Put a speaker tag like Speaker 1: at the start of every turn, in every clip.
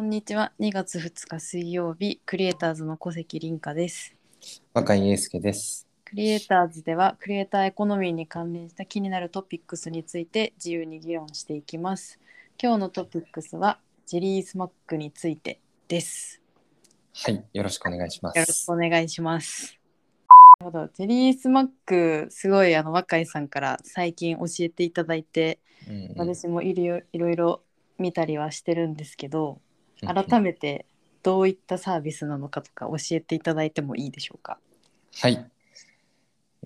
Speaker 1: んにちは。2月2日水曜日、クリエイターズの小関凛香です。
Speaker 2: 若井英介です。
Speaker 1: クリエイターズでは、クリエイターエコノミーに関連した気になるトピックスについて自由に議論していきます。今日のトピックスは、ジェリースマックについてです。
Speaker 2: はい、よろしくお願いしま
Speaker 1: よろし
Speaker 2: す
Speaker 1: く。お願いします。なるほど。ジェリースマック、すごいあの若井さんから最近教えていただいて、
Speaker 2: うんうん
Speaker 1: 私もいろいろいろいろ見たりはしてるんですけど、改
Speaker 2: うん
Speaker 1: めてどういったサービスなのかとか教えていただいてもいいでしょうか。
Speaker 2: はい、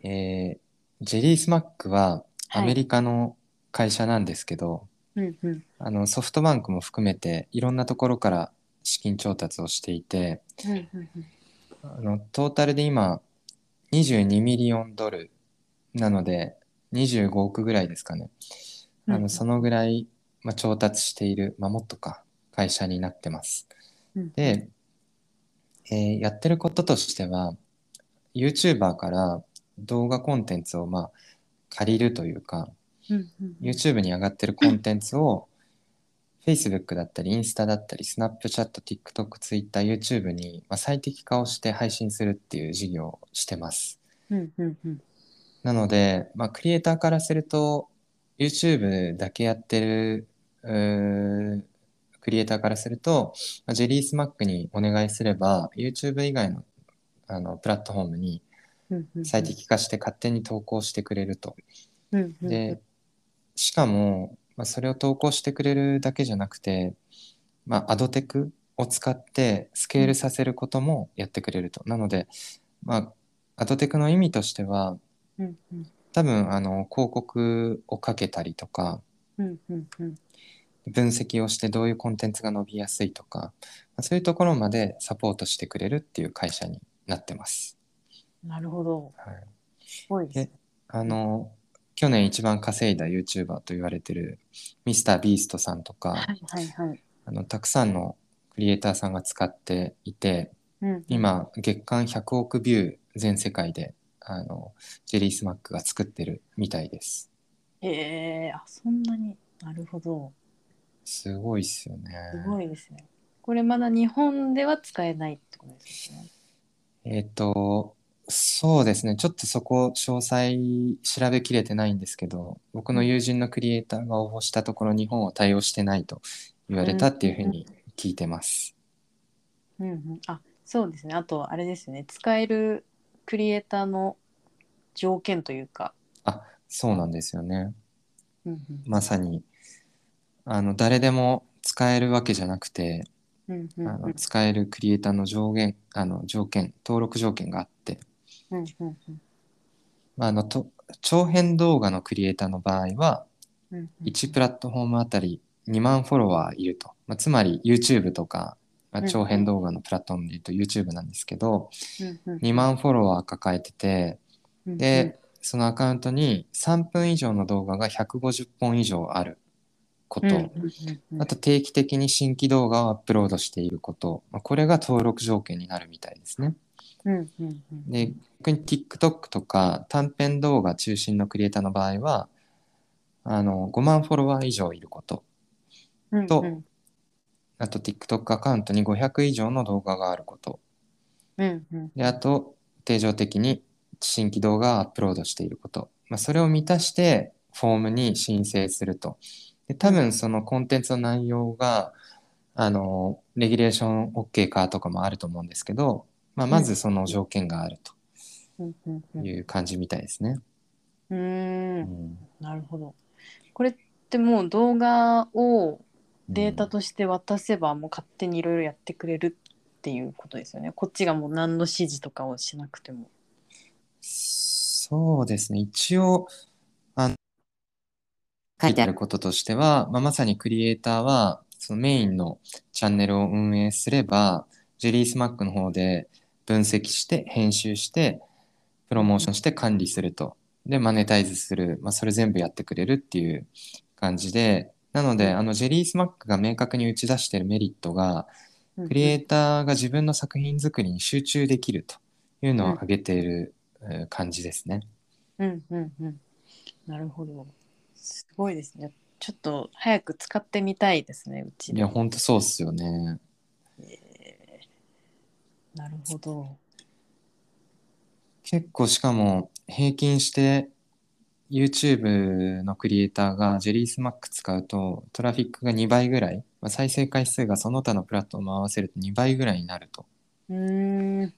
Speaker 2: えージェリースマックは
Speaker 1: はい
Speaker 2: アメリカの会社なんですけど、
Speaker 1: うんうん
Speaker 2: あのソフトバンクも含めていろんなところから資金調達をしていて、
Speaker 1: うんうんうん
Speaker 2: あのトータルで今22ミリオンドルなので25億ぐらいですかね。
Speaker 1: う
Speaker 2: あ
Speaker 1: んうん
Speaker 2: のそのぐらい、まあ、調達している、まあ、もっとか会社になってます。
Speaker 1: うん
Speaker 2: で、えーやってることとしては YouTuber から動画コンテンツをまあ借りるというか
Speaker 1: うんうんうん
Speaker 2: YouTube に上がってるコンテンツを Facebook だったりインスタだったり Snapchat、TikTok、Twitter、YouTube にまあ最適化をして配信するっていう事業をしてます。
Speaker 1: うんうんうん
Speaker 2: なので、まあ、クリエイターからすると YouTube だけやってるうークリエイターからすると、まあ、ジェリースマックにお願いすれば YouTube 以外のあのプラットフォームに
Speaker 1: うんうん
Speaker 2: 最適化して勝手に投稿してくれると。
Speaker 1: うんうんうん
Speaker 2: でしかも、まあ、それを投稿してくれるだけじゃなくて、まあ、アドテクを使ってスケールさせることもやってくれると。なので、まあ、アドテクの意味としては
Speaker 1: うんうん
Speaker 2: 多分あの広告をかけたりとか
Speaker 1: うんうんうん
Speaker 2: 分析をしてどういうコンテンツが伸びやすいとかまあそういうところまでサポートしてくれるっていう会社になってます。
Speaker 1: なるほど。
Speaker 2: はい、
Speaker 1: すごいですね。
Speaker 2: あの去年一番稼いだ YouTuber と言われてるミスタービーストさんと
Speaker 1: は
Speaker 2: か
Speaker 1: いはいはい。
Speaker 2: あのたくさんのクリエイターさんが使っていて
Speaker 1: うん、
Speaker 2: 今月間100億ビュー全世界であのジェリースマックが作ってるみたいです。
Speaker 1: えー、あそんなになるほど。
Speaker 2: すごいっすよね。
Speaker 1: すごいですね。これまだ日本では使えないってことですよね。
Speaker 2: えっと、そうですね。ちょっとそこ、詳細調べきれてないんですけど、僕の友人のクリエイターが応募したところ、日本を対応してないと言われたっていうふうに聞いてます。
Speaker 1: うんうん、あそうですねあとあれですよね使えるクリエイターの条件というか、
Speaker 2: あ、そうなんですよね。
Speaker 1: うんうん
Speaker 2: まさに、あの、誰でも使えるわけじゃなくて、
Speaker 1: うんう
Speaker 2: あ
Speaker 1: ん
Speaker 2: の、使えるクリエイターの上限、あの、条件、登録条件があって、
Speaker 1: うんうん
Speaker 2: まあ、あの、と、長編動画のクリエイターの場合は、
Speaker 1: うん
Speaker 2: 1プラットフォームあたり2万フォロワーいると、まあ、つまり YouTube とか、まあ
Speaker 1: うん
Speaker 2: 長編動画のプラットフォームで言うと YouTube なんですけど
Speaker 1: うんうん
Speaker 2: 2万フォロワー抱えてて
Speaker 1: うん
Speaker 2: でそのアカウントに3分以上の動画が150本以上あるこ
Speaker 1: うんうん
Speaker 2: と
Speaker 1: うんうん
Speaker 2: あと定期的に新規動画をアップロードしていること、まあ、これが登録条件になるみたいですね。
Speaker 1: うんうんうん
Speaker 2: で逆に TikTok とか短編動画中心のクリエイターの場合はあの5万フォロワー以上いること
Speaker 1: うん
Speaker 2: と
Speaker 1: うん
Speaker 2: あと TikTok アカウントに500以上の動画があること。
Speaker 1: うんうん
Speaker 2: で、あと定常的に新規動画をアップロードしていること。まあ、それを満たしてフォームに申請すると。で、多分そのコンテンツの内容が、あの、レギュレーション OK かとかもあると思うんですけど、まあ、まずその条件がある
Speaker 1: うんうんう
Speaker 2: と
Speaker 1: ん
Speaker 2: いう感じみたいですね。
Speaker 1: うー
Speaker 2: うんん
Speaker 1: なるほどこれってもう動画をデータとして渡せばもう勝手にいろいろやってくれるっていうことですよねこっちがもう何の指示とかをしなくても
Speaker 2: そうですね。一応、あの、書いてあることとしては、まあ、まさにクリエイターは、そのメインのチャンネルを運営すれば、ジェリースマックの方で分析して、編集して、プロモーションして管理すると。で、マネタイズする。まあ、それ全部やってくれるっていう感じで、なので、あの、ジェリースマックが明確に打ち出しているメリットが、クリエイターが自分の作品作りに集中できるというのを挙げているえー感じですね。
Speaker 1: うんうんうん。なるほど。すごいですね。ちょっと早く使ってみたいですね、うち
Speaker 2: い
Speaker 1: で
Speaker 2: や、。ほんとそうっすよね。
Speaker 1: なるほど。
Speaker 2: 結構しかも平均して YouTube のクリエイターがジェリースマック使うとトラフィックが2倍ぐらい、まあ、再生回数がその他のプラットフォームを合わせると2倍ぐらいになると
Speaker 1: うーん。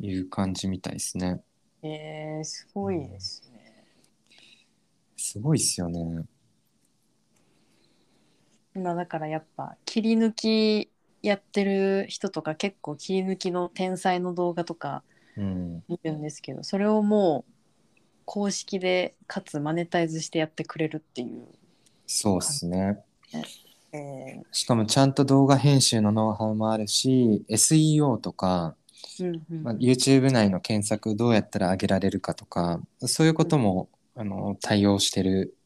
Speaker 2: いう感じみたいですね。
Speaker 1: えー、すごいですね。
Speaker 2: すごいっすよね。
Speaker 1: 今だからやっぱ切り抜きやってる人とか結構切り抜きの天才の動画とか
Speaker 2: うん。
Speaker 1: 見るんですけど、それをもう公式でかつマネタイズしてやってくれるっていう。
Speaker 2: そうっすね。
Speaker 1: えー
Speaker 2: しかもちゃんと動画編集のノウハウもあるし、SEO とか、
Speaker 1: うんうん
Speaker 2: まあ、YouTube 内の検索どうやったら上げられるかとか、そういうことも、あの対応してる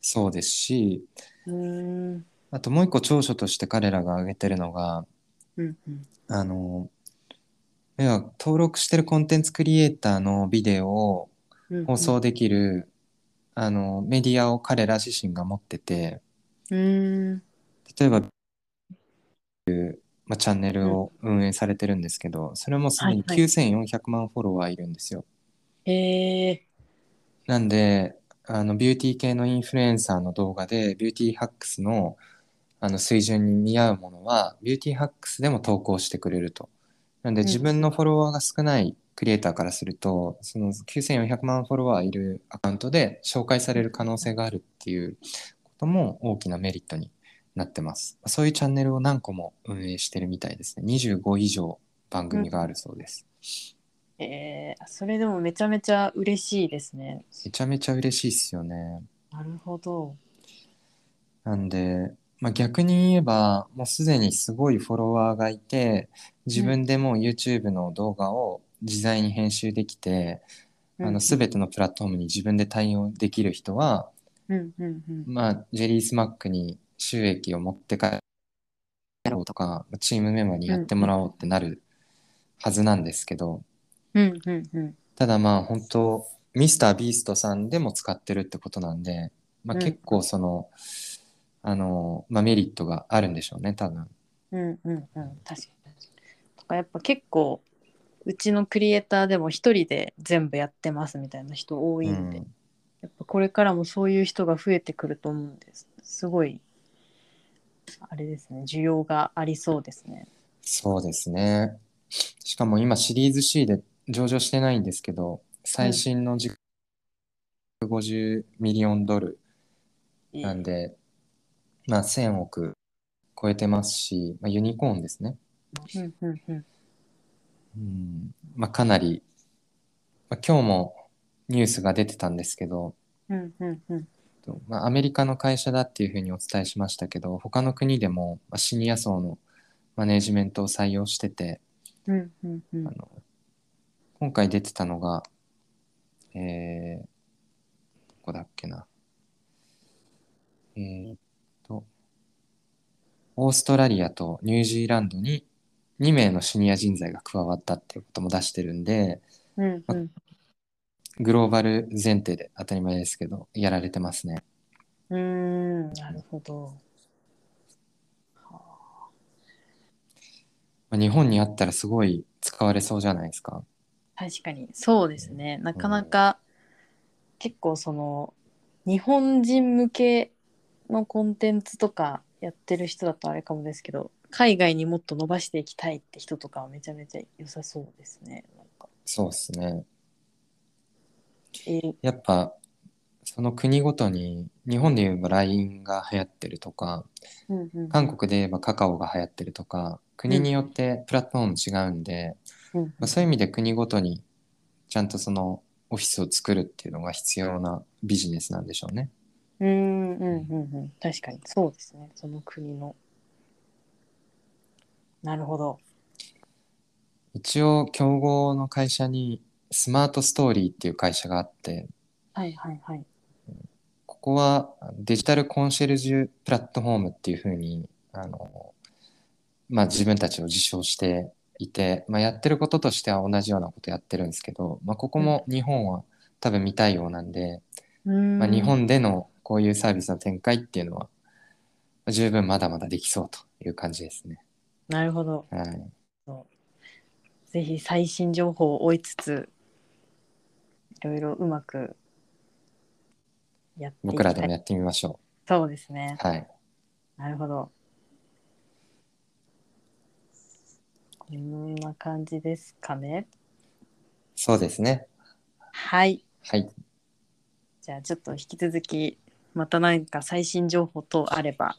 Speaker 2: そうですし、
Speaker 1: うーん
Speaker 2: あともう一個長所として彼らが挙げてるのが、
Speaker 1: うんうん
Speaker 2: あの、要は登録してるコンテンツクリエイターのビデオを
Speaker 1: うんうん
Speaker 2: 放送できる、あの、メディアを彼ら自身が持ってて、
Speaker 1: うーん
Speaker 2: 例えば、まあ、チャンネルを運営されてるんですけど、それもすでに
Speaker 1: はいはい
Speaker 2: 9400万フォロワーいるんですよ。
Speaker 1: えー
Speaker 2: なんで、あの、ビューティー系のインフルエンサーの動画で、ビューティーハックスの、あの、水準に見合うものは、ビューティーハックスでも投稿してくれると。なんで、
Speaker 1: うん
Speaker 2: 自分のフォロワーが少ないクリエイターからすると、その9400万フォロワーいるアカウントで紹介される可能性があるっていうことも大きなメリットになってます。そういうチャンネルを何個も運営してるみたいですね。25以上番組があるそうです。
Speaker 1: えー、それでもめちゃめちゃ嬉しいですね。
Speaker 2: めちゃめちゃ嬉しいっすよね。
Speaker 1: なるほど。
Speaker 2: なんで、まあ、逆に言えばもうすでにすごいフォロワーがいて自分でもう YouTube の動画を自在に編集できて、あの全てのプラットフォームに自分で対応できる人は、
Speaker 1: うんうんうん
Speaker 2: まあ、ジェリースマックに収益を持って帰ろうとかチームメンバーにやってもらおうってなるはずなんですけど
Speaker 1: うんうんうん
Speaker 2: ただまあ本当ミスタービーストさんでも使ってるってことなんで、まあ、
Speaker 1: うん
Speaker 2: 結構その、あの、まあ、メリットがあるんでしょうね多分。
Speaker 1: うんうんうん確かに確かに。とかやっぱ結構うちのクリエイターでも一人で全部やってますみたいな人多いんで、
Speaker 2: うん
Speaker 1: やっぱこれからもそういう人が増えてくると思うんです。すごいあれですね需要がありそうですね。
Speaker 2: そうですね。しかも今シリーズ C で上場してないんですけど、最新の時50ミリオンドル
Speaker 1: いい
Speaker 2: なんで、まあ1000億超えてますし、まあ、ユニコーンですね。
Speaker 1: うんうんうん
Speaker 2: うん。まあかなり、まあ、今日もニュースが出てたんですけど、
Speaker 1: うんうんうん
Speaker 2: とまあ、アメリカの会社だっていうふうにお伝えしましたけど、他の国でもまあシニア層のマネジメントを採用してて、
Speaker 1: うんうんうん
Speaker 2: あの今回出てたのが、えー、どこだっけな。えー、っと、オーストラリアとニュージーランドに2名のシニア人材が加わったっていうことも出してるんで、
Speaker 1: うんうん
Speaker 2: グローバル前提で当たり前ですけど、やられてますね。
Speaker 1: うーんなるほど。
Speaker 2: まあ日本にあったらすごい使われそうじゃないですか。
Speaker 1: 確かにそうですねなかなか、結構その日本人向けのコンテンツとかやってる人だとあれかもですけど海外にもっと伸ばしていきたいって人とかはめちゃめちゃ良さそうですねなんか、
Speaker 2: そうですね。
Speaker 1: えー
Speaker 2: やっぱ、その国ごとに、日本で言えば LINE が流行ってるとか、
Speaker 1: うんうん、
Speaker 2: 韓国で言えばカカオが流行ってるとか国によってプラットフォーム違うんで、
Speaker 1: うんうん
Speaker 2: まあ、そういう意味で国ごとにちゃんとそのオフィスを作るっていうのが必要なビジネスなんでしょうね。
Speaker 1: うーんうんうんうん確かにそうですねその国のなるほど
Speaker 2: 一応競合の会社にスマートストーリーっていう会社があって
Speaker 1: はいはいはい
Speaker 2: ここはデジタルコンシェルジュプラットフォームっていうふうにあの、まあ、自分たちを自称していて、まあ、やってることとしては同じようなことやってるんですけど、まあ、ここも日本は多分見たいようなんで。
Speaker 1: うーん
Speaker 2: まあ、日本でのこういうサービスの展開っていうのはまあ十分まだまだできそうという感じですね。
Speaker 1: なるほど
Speaker 2: はい、
Speaker 1: ぜひ最新情報を追いつついろいろうまくやっていき
Speaker 2: 僕
Speaker 1: た
Speaker 2: ら
Speaker 1: い
Speaker 2: でもやってみましょ
Speaker 1: そうですね
Speaker 2: う。はい。
Speaker 1: なるほどこんな感じですかね
Speaker 2: そうですね。
Speaker 1: はい
Speaker 2: はい。
Speaker 1: じゃあちょっと引き続きまた何か最新情報等あれば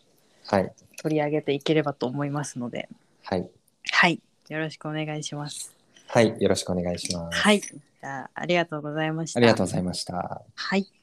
Speaker 2: はい。
Speaker 1: 取り上げていければと思いますので
Speaker 2: はい。
Speaker 1: はいよろしくお願いします
Speaker 2: はい。よろしくお願いします。
Speaker 1: はいじゃあありがとうございました
Speaker 2: ありがとうございました。
Speaker 1: はい